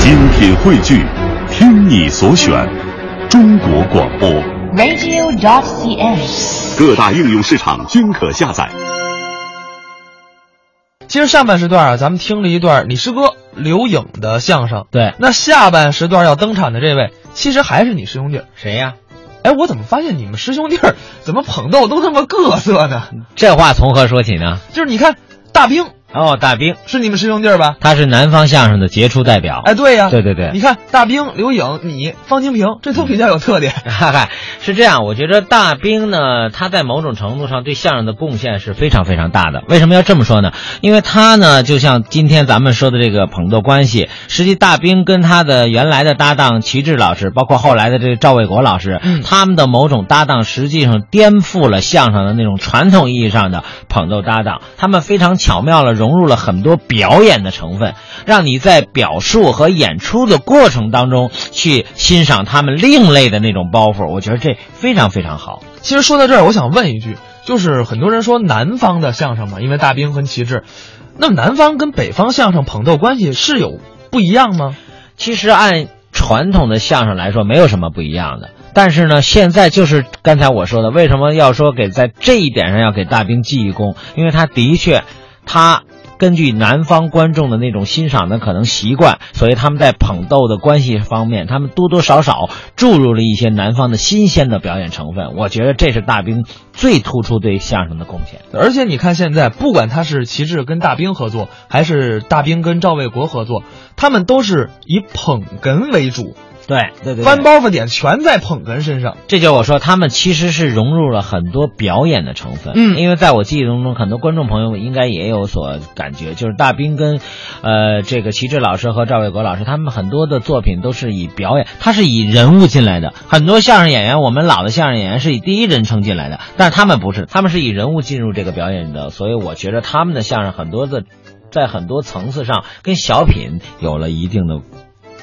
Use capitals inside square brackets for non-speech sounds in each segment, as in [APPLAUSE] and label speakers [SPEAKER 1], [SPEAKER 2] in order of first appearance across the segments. [SPEAKER 1] 精品汇聚，听你所选，中国广播。
[SPEAKER 2] radio.cn。
[SPEAKER 1] 各大应用市场均可下载。
[SPEAKER 3] 其实上半时段啊，咱们听了一段你师哥刘颖的相声。
[SPEAKER 4] 对，
[SPEAKER 3] 那下半时段要登场的这位，其实还是你师兄弟儿。
[SPEAKER 4] 谁呀、
[SPEAKER 3] 哎，我怎么发现你们师兄弟儿怎么捧逗都这么各色呢？
[SPEAKER 4] 这话从何说起呢？
[SPEAKER 3] 就是你看，大兵
[SPEAKER 4] 哦，大兵，
[SPEAKER 3] 是你们师兄弟儿吧？
[SPEAKER 4] 他是南方相声的杰出代表。
[SPEAKER 3] 哎，对呀、
[SPEAKER 4] 对对对
[SPEAKER 3] 你看大兵、刘颖、你、方清平，这都比较有特点。
[SPEAKER 4] 哈哈， [LAUGHS] 是这样，我觉得大兵呢，他在某种程度上对相声的贡献是非常非常大的。为什么要这么说呢？因为他呢，就像今天咱们说的这个捧逗关系，实际大兵跟他的原来的搭档齐志老师，包括后来的这个赵卫国老师，
[SPEAKER 3] 嗯
[SPEAKER 4] 他们的某种搭档实际上颠覆了相声的那种传统意义上的捧逗搭档，他们非常巧妙了融入了很多表演的成分，让你在表述和演出的过程当中去欣赏他们另类的那种包袱，我觉得这非常非常好。
[SPEAKER 3] 其实说到这儿，我想问一句，就是很多人说南方的相声嘛，因为大兵和旗帜，那么南方跟北方相声捧逗关系是有不一样吗？
[SPEAKER 4] 其实按传统的相声来说，没有什么不一样的。但是呢，现在就是刚才我说的，为什么要说给在呃这一点上要给大兵记一功？因为他的确，他根据南方观众的那种欣赏的可能习惯，所以他们在捧逗的关系方面，他们多多少少注入了一些南方的新鲜的表演成分。我觉得这是大兵最突出对相声的贡献。
[SPEAKER 3] 而且你看，现在不管他是旗帜跟大兵合作，还是大兵跟赵卫国合作，他们都是以捧哏为主，
[SPEAKER 4] 对对对
[SPEAKER 3] 翻包袱点全在捧哏身上。
[SPEAKER 4] 这就我说，他们其实是融入了很多表演的成分。
[SPEAKER 3] 嗯
[SPEAKER 4] 因为在我记忆当中，很多观众朋友们应该也有所感觉，就是大兵跟，呃，这个齐志老师和赵卫国老师，他们很多的作品都是以表演，他是以人物进来的。很多相声演员，我们老的相声演员是以第一人称进来的，但是他们不是，他们是以人物进入这个表演的。所以我觉得他们的相声很多的，在很多层次上跟小品有了一定的，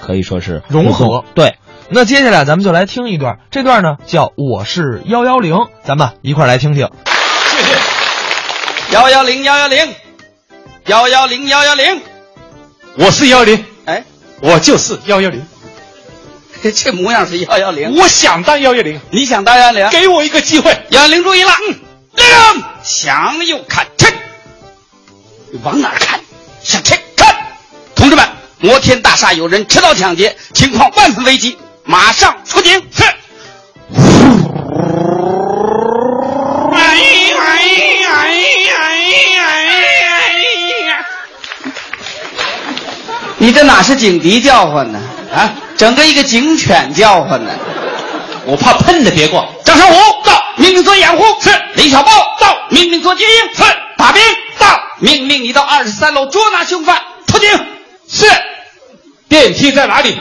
[SPEAKER 4] 可以说是
[SPEAKER 3] 融合
[SPEAKER 4] 互动对。
[SPEAKER 3] 那接下来咱们就来听一段，这段呢叫《我是幺幺零》，咱们一块儿来听听。
[SPEAKER 5] 幺幺零幺幺零，幺幺零幺幺零，
[SPEAKER 6] 我是幺零，
[SPEAKER 5] 哎， [LAUGHS]
[SPEAKER 6] 我就是幺幺零，
[SPEAKER 5] 这模样是幺幺零，
[SPEAKER 6] 我想当幺幺零，
[SPEAKER 5] 你想当幺幺零？
[SPEAKER 6] 给我一个机会。
[SPEAKER 5] 幺幺零注意了，嗯，亮，向右看齐，你往哪儿看？向前看。同志们，摩天大厦有人持刀抢劫，情况万分危急，马上出警。是。哎哎哎哎哎哎！你这哪是警笛叫唤呢？啊，整个一个警犬叫唤呢。
[SPEAKER 6] 我怕喷的，别过。
[SPEAKER 5] 张少武到，命令做掩护；是李小豹到，命令做接应；是把兵到，命令你到二十三楼捉拿凶犯，出警。是，
[SPEAKER 6] 电梯在哪里？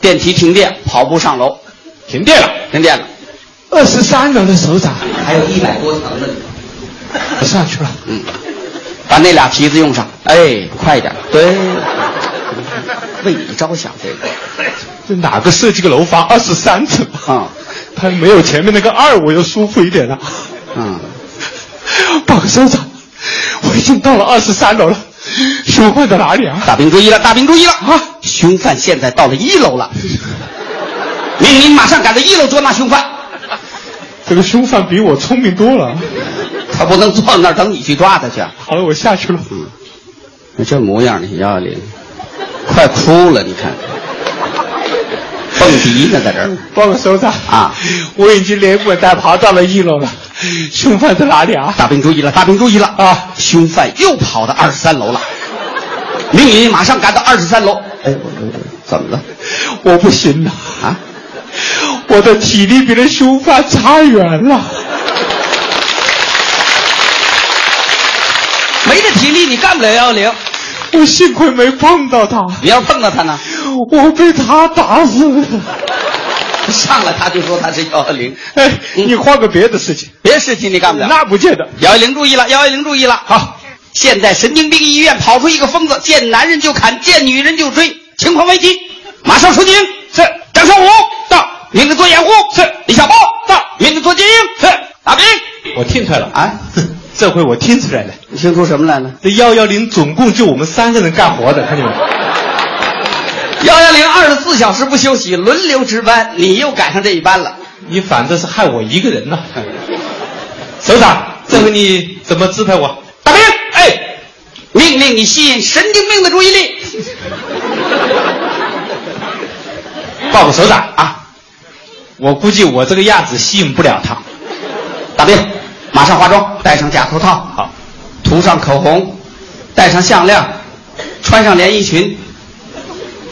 [SPEAKER 5] 电梯停电，跑步上楼，
[SPEAKER 6] 停电了。
[SPEAKER 5] 停电了，
[SPEAKER 6] 二十三楼的首长，
[SPEAKER 5] 还有一百多层呢。
[SPEAKER 6] 我上去 [LAUGHS] 了。
[SPEAKER 5] 嗯，把那俩蹄子用上，哎，快一点，对，为你着想这个，
[SPEAKER 6] 这哪个设计个楼房二十三层？
[SPEAKER 5] 嗯
[SPEAKER 6] 他没有前面那个二，我又舒服一点啊了。
[SPEAKER 5] 嗯，
[SPEAKER 6] 报告首长，我已经到了二十三楼了，凶犯在哪里啊？
[SPEAKER 5] 大兵注意了，大兵注意了啊！凶犯现在到了一楼了，命令马上赶到一楼捉拿凶犯。
[SPEAKER 6] 这个凶犯比我聪明多了。
[SPEAKER 5] 他不能坐那儿等你去抓他去。
[SPEAKER 6] 好了，我下去了。
[SPEAKER 5] 你这模样，你幺幺零，快哭了，你看，蹦迪呢，在这儿。
[SPEAKER 6] 报告首长
[SPEAKER 5] 啊，
[SPEAKER 6] 我已经连滚带爬到了一楼了，凶犯在哪里啊？
[SPEAKER 5] 大兵注意了，大兵注意了
[SPEAKER 6] 啊
[SPEAKER 5] 凶犯又跑到二十三楼了，命令马上赶到二十三楼。哎，我我我怎么了？
[SPEAKER 6] 我不行了
[SPEAKER 5] 啊！
[SPEAKER 6] 我的体力比那凶犯差远了。
[SPEAKER 5] 没这体力，你干不了幺幺零。
[SPEAKER 6] 我幸亏没碰到他，
[SPEAKER 5] 你要碰到他呢，
[SPEAKER 6] 我被他打死了。
[SPEAKER 5] 上来他就说他是幺幺零，嗯
[SPEAKER 6] 哎，你嗯换个别的事情，
[SPEAKER 5] 别事情你干不了。
[SPEAKER 6] 那不见得。
[SPEAKER 5] 幺幺零注意了，幺幺零注意了！好，现在神经病医院跑出一个疯子，见男人就砍，见女人就追，情况危急，马上出警！是张少武到，命令做掩护；是李小豹到，命令做接应；是打兵。
[SPEAKER 6] 我听出来了，
[SPEAKER 5] 啊，
[SPEAKER 6] 这回我听出来了，
[SPEAKER 5] 你听出什么来了？
[SPEAKER 6] 这幺幺零总共就我们三个人干活的，看见没？
[SPEAKER 5] 幺幺零二十四小时不休息，轮流值班，你又赶上这一班了。
[SPEAKER 6] 你反正是害我一个人呐、首长，这回你怎么支配我？
[SPEAKER 5] 大兵，哎，命令你吸引神经病的注意力。
[SPEAKER 6] 报告首长啊，我估计我这个样子吸引不了他。
[SPEAKER 5] 大兵，马上化妆，戴上假头套，好，涂上口红，戴上项链，穿上连衣裙，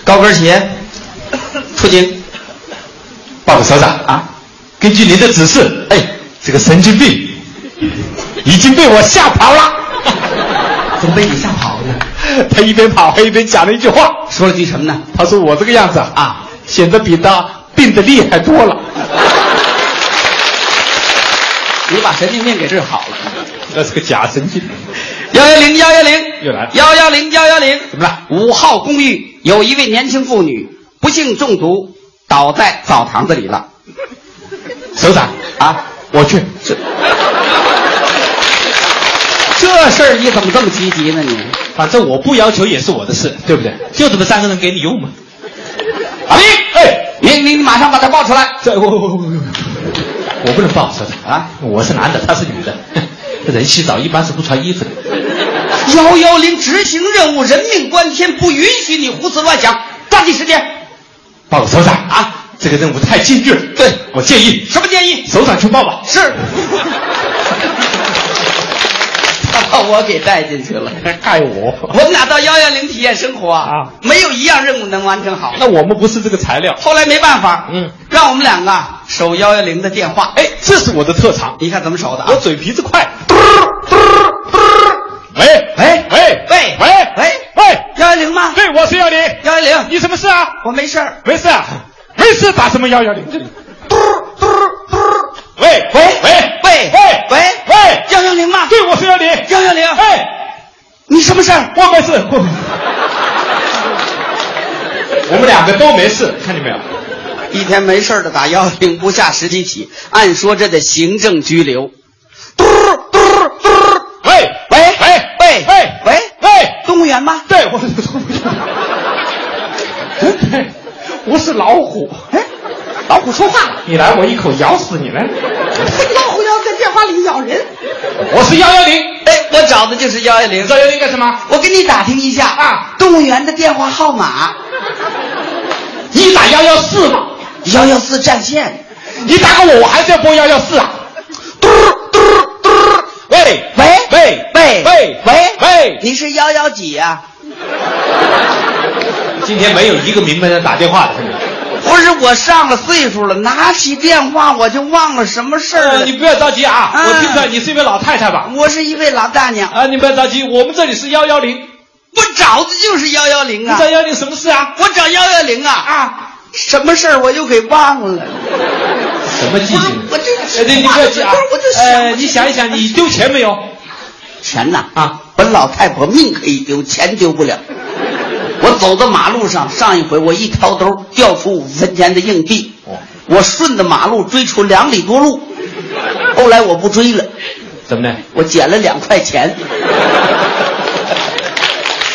[SPEAKER 5] 高跟鞋，出警。
[SPEAKER 6] 报告首长啊，根据您的指示，哎，这个神经病已经被我吓跑了。
[SPEAKER 5] 怎么被你吓跑了？
[SPEAKER 6] [LAUGHS] 他一边跑还一边讲了一句话，
[SPEAKER 5] 说了句什么呢？
[SPEAKER 6] 他说我这个样子啊，显得比他病得厉害多了。
[SPEAKER 5] 你把神经病给治好了。
[SPEAKER 6] 那是个假神经。
[SPEAKER 5] 幺幺零幺幺零，
[SPEAKER 6] 又来了
[SPEAKER 5] 幺幺零幺幺零，
[SPEAKER 6] 怎么了
[SPEAKER 5] 五号公寓有一位年轻妇女不幸中毒，倒在澡堂子里了。
[SPEAKER 6] 首长，
[SPEAKER 5] 啊，
[SPEAKER 6] 我去。
[SPEAKER 5] 这事儿你怎么这么积极呢你？
[SPEAKER 6] 反正我不要求也是我的事，对不对？就这么三个人给你用嘛。
[SPEAKER 5] 阿斌，哎，你你你马上把她抱出来。
[SPEAKER 6] 这我我我我我不能报首长
[SPEAKER 5] 啊
[SPEAKER 6] 啊！我是男的，她是女的。 [LAUGHS] 人洗澡一般是不穿衣服的。
[SPEAKER 5] [LAUGHS] 幺幺零执行任务，人命关天，不允许你胡思乱想，抓紧时间。
[SPEAKER 6] 报告首长啊，这个任务太艰巨了。
[SPEAKER 5] 对
[SPEAKER 6] 我建议
[SPEAKER 5] 什么建议？
[SPEAKER 6] 首长去报吧。
[SPEAKER 5] 是，他 [LAUGHS] 把我给带进去了。
[SPEAKER 6] 爱哎我
[SPEAKER 5] 我，们俩到幺幺零体验生活
[SPEAKER 6] 啊
[SPEAKER 5] 没有一样任务能完成好。
[SPEAKER 6] 那我们不是这个材料。
[SPEAKER 5] 后来没办法，
[SPEAKER 6] 嗯，
[SPEAKER 5] 让我们两个啊守幺幺零的电话。
[SPEAKER 6] 哎，这是我的特长，
[SPEAKER 5] 你看怎么守的啊
[SPEAKER 6] 我？嘴皮子快。嘟嘟嘟喂
[SPEAKER 5] 喂
[SPEAKER 6] 喂
[SPEAKER 5] 喂
[SPEAKER 6] 喂
[SPEAKER 5] 喂
[SPEAKER 6] 喂，
[SPEAKER 5] 哎幺幺零吗？
[SPEAKER 6] 对，我是幺零，
[SPEAKER 5] 幺幺零，
[SPEAKER 6] 你什么事啊？
[SPEAKER 5] 我没事儿。
[SPEAKER 6] 没事啊，没事，打什么幺幺零？嘟嘟嘟！喂喂喂
[SPEAKER 5] 喂
[SPEAKER 6] 喂
[SPEAKER 5] 喂
[SPEAKER 6] 哎喂！
[SPEAKER 5] 幺幺零吗？
[SPEAKER 6] 对，我是幺零。
[SPEAKER 5] 幺幺零，
[SPEAKER 6] 哎，
[SPEAKER 5] 你什么事儿？
[SPEAKER 6] 我没事。我我们两个都没事，看见没有？
[SPEAKER 5] 一天没事儿的打幺幺零不下十几起，按说这得行政拘留。嘟儿嘟儿嘟儿，
[SPEAKER 6] 喂
[SPEAKER 5] 喂
[SPEAKER 6] 喂
[SPEAKER 5] 喂
[SPEAKER 6] 喂
[SPEAKER 5] 喂
[SPEAKER 6] 喂！
[SPEAKER 5] 动物园吗？
[SPEAKER 6] 对，我是我是老虎。哎，老虎说话了，你来，我一口咬死你来。
[SPEAKER 5] 老虎要在电话里咬人。
[SPEAKER 6] 我是幺幺零，
[SPEAKER 5] 哎，我找的就是幺幺零
[SPEAKER 6] 你。知道幺幺零干什么？
[SPEAKER 5] 我给你打听一下
[SPEAKER 6] 啊，
[SPEAKER 5] 动物园的电话号码
[SPEAKER 6] 你打幺幺四嘛。
[SPEAKER 5] 幺幺四占线。
[SPEAKER 6] 你打给我，我还是要拨幺幺四啊！
[SPEAKER 5] 嘟儿嘟儿嘟儿，
[SPEAKER 6] 喂
[SPEAKER 5] 喂
[SPEAKER 6] 喂
[SPEAKER 5] 喂
[SPEAKER 6] 喂
[SPEAKER 5] 喂
[SPEAKER 6] 喂！
[SPEAKER 5] 你是幺幺几啊呀、
[SPEAKER 6] 今天没有一个明白人打电话的，是吗？
[SPEAKER 5] 不是我上了岁数了，拿起电话我就忘了什么事儿
[SPEAKER 6] 呃，
[SPEAKER 5] 了。
[SPEAKER 6] 你不要着急啊，
[SPEAKER 5] 嗯
[SPEAKER 6] 我听出来你是一位老太太吧？
[SPEAKER 5] 我是一位老大娘，
[SPEAKER 6] 啊，你不要着急，我们这里是幺幺零，
[SPEAKER 5] 我找的就是幺幺零
[SPEAKER 6] 你
[SPEAKER 5] 啊
[SPEAKER 6] 找，幺零什么事啊？
[SPEAKER 5] 我找幺幺零啊啊，什么事儿我又给忘了。
[SPEAKER 6] 什么记
[SPEAKER 5] 不是
[SPEAKER 6] 性？
[SPEAKER 5] 我就
[SPEAKER 6] 呃，你你不要急啊
[SPEAKER 5] 我就，想
[SPEAKER 6] 呃，你想一想，你丢钱没有？
[SPEAKER 5] 钱呐
[SPEAKER 6] 啊，
[SPEAKER 5] 本老太婆命可以丢，钱丢不了。我走到马路上，上一回我一掏兜掉出五分钱的硬币，
[SPEAKER 6] 哦
[SPEAKER 5] 我顺着马路追出两里多路，后来我不追了，
[SPEAKER 6] 怎么的？
[SPEAKER 5] 我捡了两块钱。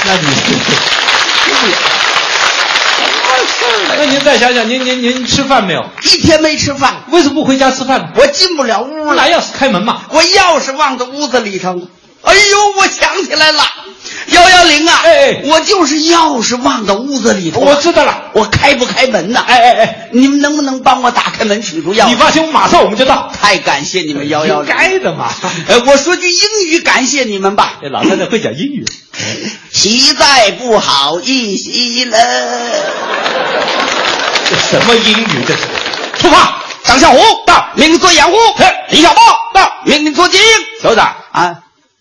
[SPEAKER 6] 那你，哎那您再想想，您您您吃饭没有？
[SPEAKER 5] 一天没吃饭，
[SPEAKER 6] 为什么不回家吃饭呢？
[SPEAKER 5] 我进不了屋
[SPEAKER 6] 不拿。
[SPEAKER 5] 了
[SPEAKER 6] 钥匙开门嘛？
[SPEAKER 5] 我钥匙忘在屋子里头了。哎呦，我想起来了，幺幺零啊！
[SPEAKER 6] 哎哎
[SPEAKER 5] 我就是钥匙忘到屋子里头
[SPEAKER 6] 我
[SPEAKER 5] 了，
[SPEAKER 6] 知道了。
[SPEAKER 5] 我开不开门呐？
[SPEAKER 6] 哎哎哎，
[SPEAKER 5] 你们能不能帮我打开门取出钥
[SPEAKER 6] 你
[SPEAKER 5] 匙？
[SPEAKER 6] 放心，我马上我们就到。
[SPEAKER 5] 太感谢你们幺幺
[SPEAKER 6] 应
[SPEAKER 5] 零。
[SPEAKER 6] 该 [LAUGHS] 的嘛。
[SPEAKER 5] 呃，我说句英语感谢你们吧，
[SPEAKER 6] 哎，老太太会讲英语。
[SPEAKER 5] 实在不好意思了。
[SPEAKER 6] 这什么英语？这是出发！
[SPEAKER 5] 张向红到，命令做掩护；李小豹到，命令做接应。
[SPEAKER 6] 首长，
[SPEAKER 5] 啊，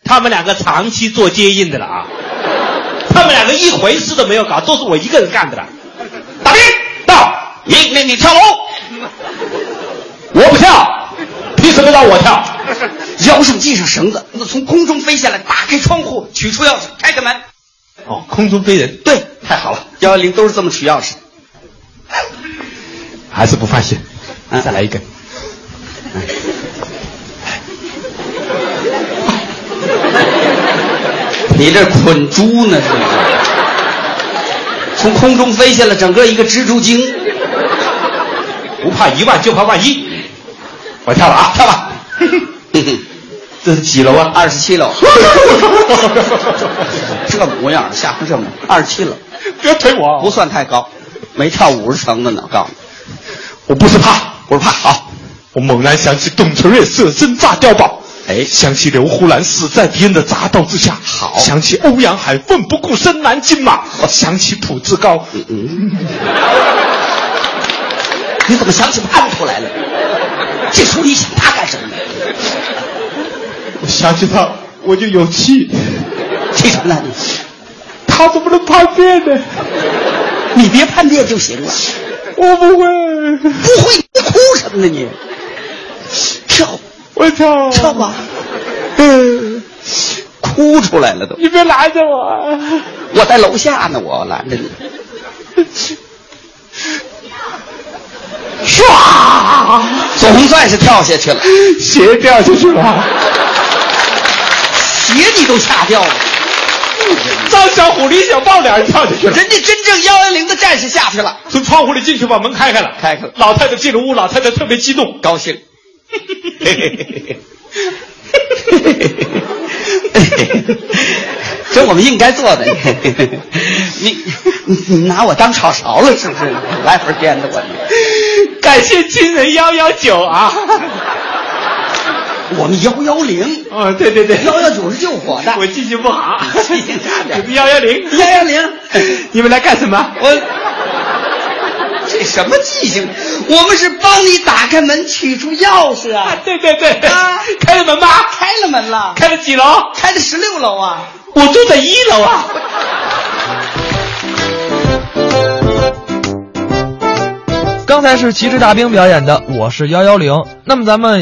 [SPEAKER 6] 他们两个长期做接应的了啊，他们两个一回事都没有搞，都是我一个人干的了。
[SPEAKER 5] 大兵到，命令你跳楼。
[SPEAKER 6] 我不跳，凭什么让我
[SPEAKER 5] [LAUGHS]
[SPEAKER 6] 跳？
[SPEAKER 5] 腰上系上绳子，那从空中飞下来，打开窗户，取出钥匙，开开门。
[SPEAKER 6] 哦，空中飞人，
[SPEAKER 5] 对，太好了，幺幺零都是这么取钥匙。
[SPEAKER 6] 还是不放心。
[SPEAKER 5] 嗯
[SPEAKER 6] 再来一根。
[SPEAKER 5] 哎你这捆猪呢是不是？从空中飞下来，整个一个蜘蛛精。
[SPEAKER 6] 不怕一万，就怕万一。我跳了啊，
[SPEAKER 5] 跳吧， [LAUGHS]
[SPEAKER 6] 这是几楼啊？
[SPEAKER 5] 二十七楼， [LAUGHS] 这模样儿吓成这模样儿，二十七楼
[SPEAKER 6] 别推我啊
[SPEAKER 5] 不算太高，没跳五十层的呢。告诉你，我不是怕，不是怕，好，
[SPEAKER 6] 我猛然想起董存瑞舍身炸碉堡，
[SPEAKER 5] 哎
[SPEAKER 6] 想起刘胡兰死在敌人的铡刀之下，好哦想起欧阳海奋不顾身南京马，想起普志高，
[SPEAKER 5] 你怎么想起叛徒来了？这时候你想他干什么呢？
[SPEAKER 6] 我想起他我就有气，
[SPEAKER 5] 气什么呢？你
[SPEAKER 6] 他怎么能叛变呢？
[SPEAKER 5] 你别叛变就行了，
[SPEAKER 6] 我不会，
[SPEAKER 5] 不会你哭什么呢你？跳
[SPEAKER 6] 我操！
[SPEAKER 5] 跳吧，嗯，哭出来了都。
[SPEAKER 6] 你别拦着我，
[SPEAKER 5] 我在楼下呢，我拦着你。唰，总算是跳下去了，
[SPEAKER 6] 鞋掉下去了。
[SPEAKER 5] 鞋你都吓掉了。
[SPEAKER 6] 张小虎李小豹俩人跳下去了，
[SPEAKER 5] 人家真正幺幺零的战士下去了，
[SPEAKER 6] 从窗户里进去把门开开了，
[SPEAKER 5] 开开了
[SPEAKER 6] 老太太进了屋，老太太特别激动，
[SPEAKER 5] 高 [LAUGHS] 兴。这我们应该做的，你你你拿我当炒勺了是不是？来回颠的我你，
[SPEAKER 6] [LAUGHS] 感谢亲人幺幺
[SPEAKER 3] [LAUGHS]
[SPEAKER 6] 九啊！
[SPEAKER 5] 我们幺幺零
[SPEAKER 6] 啊，对
[SPEAKER 3] [LAUGHS]
[SPEAKER 6] 对对，
[SPEAKER 5] 幺幺九是救火的，
[SPEAKER 6] 我记性不好，
[SPEAKER 5] 差点
[SPEAKER 6] [LAUGHS] 幺幺零，
[SPEAKER 5] 幺幺零，
[SPEAKER 6] 你们来干什么？
[SPEAKER 5] 我这什么记性？我们是帮你打开门取出钥匙
[SPEAKER 6] 啊
[SPEAKER 5] 啊，
[SPEAKER 6] 对对对
[SPEAKER 5] 啊，
[SPEAKER 6] 开了门吧？
[SPEAKER 5] 开了门了，
[SPEAKER 6] 开了几楼？
[SPEAKER 5] 开了十六楼啊。
[SPEAKER 6] 我住在一楼啊。
[SPEAKER 3] 刚才是旗帜大兵表演的《我是幺幺零》，那么咱们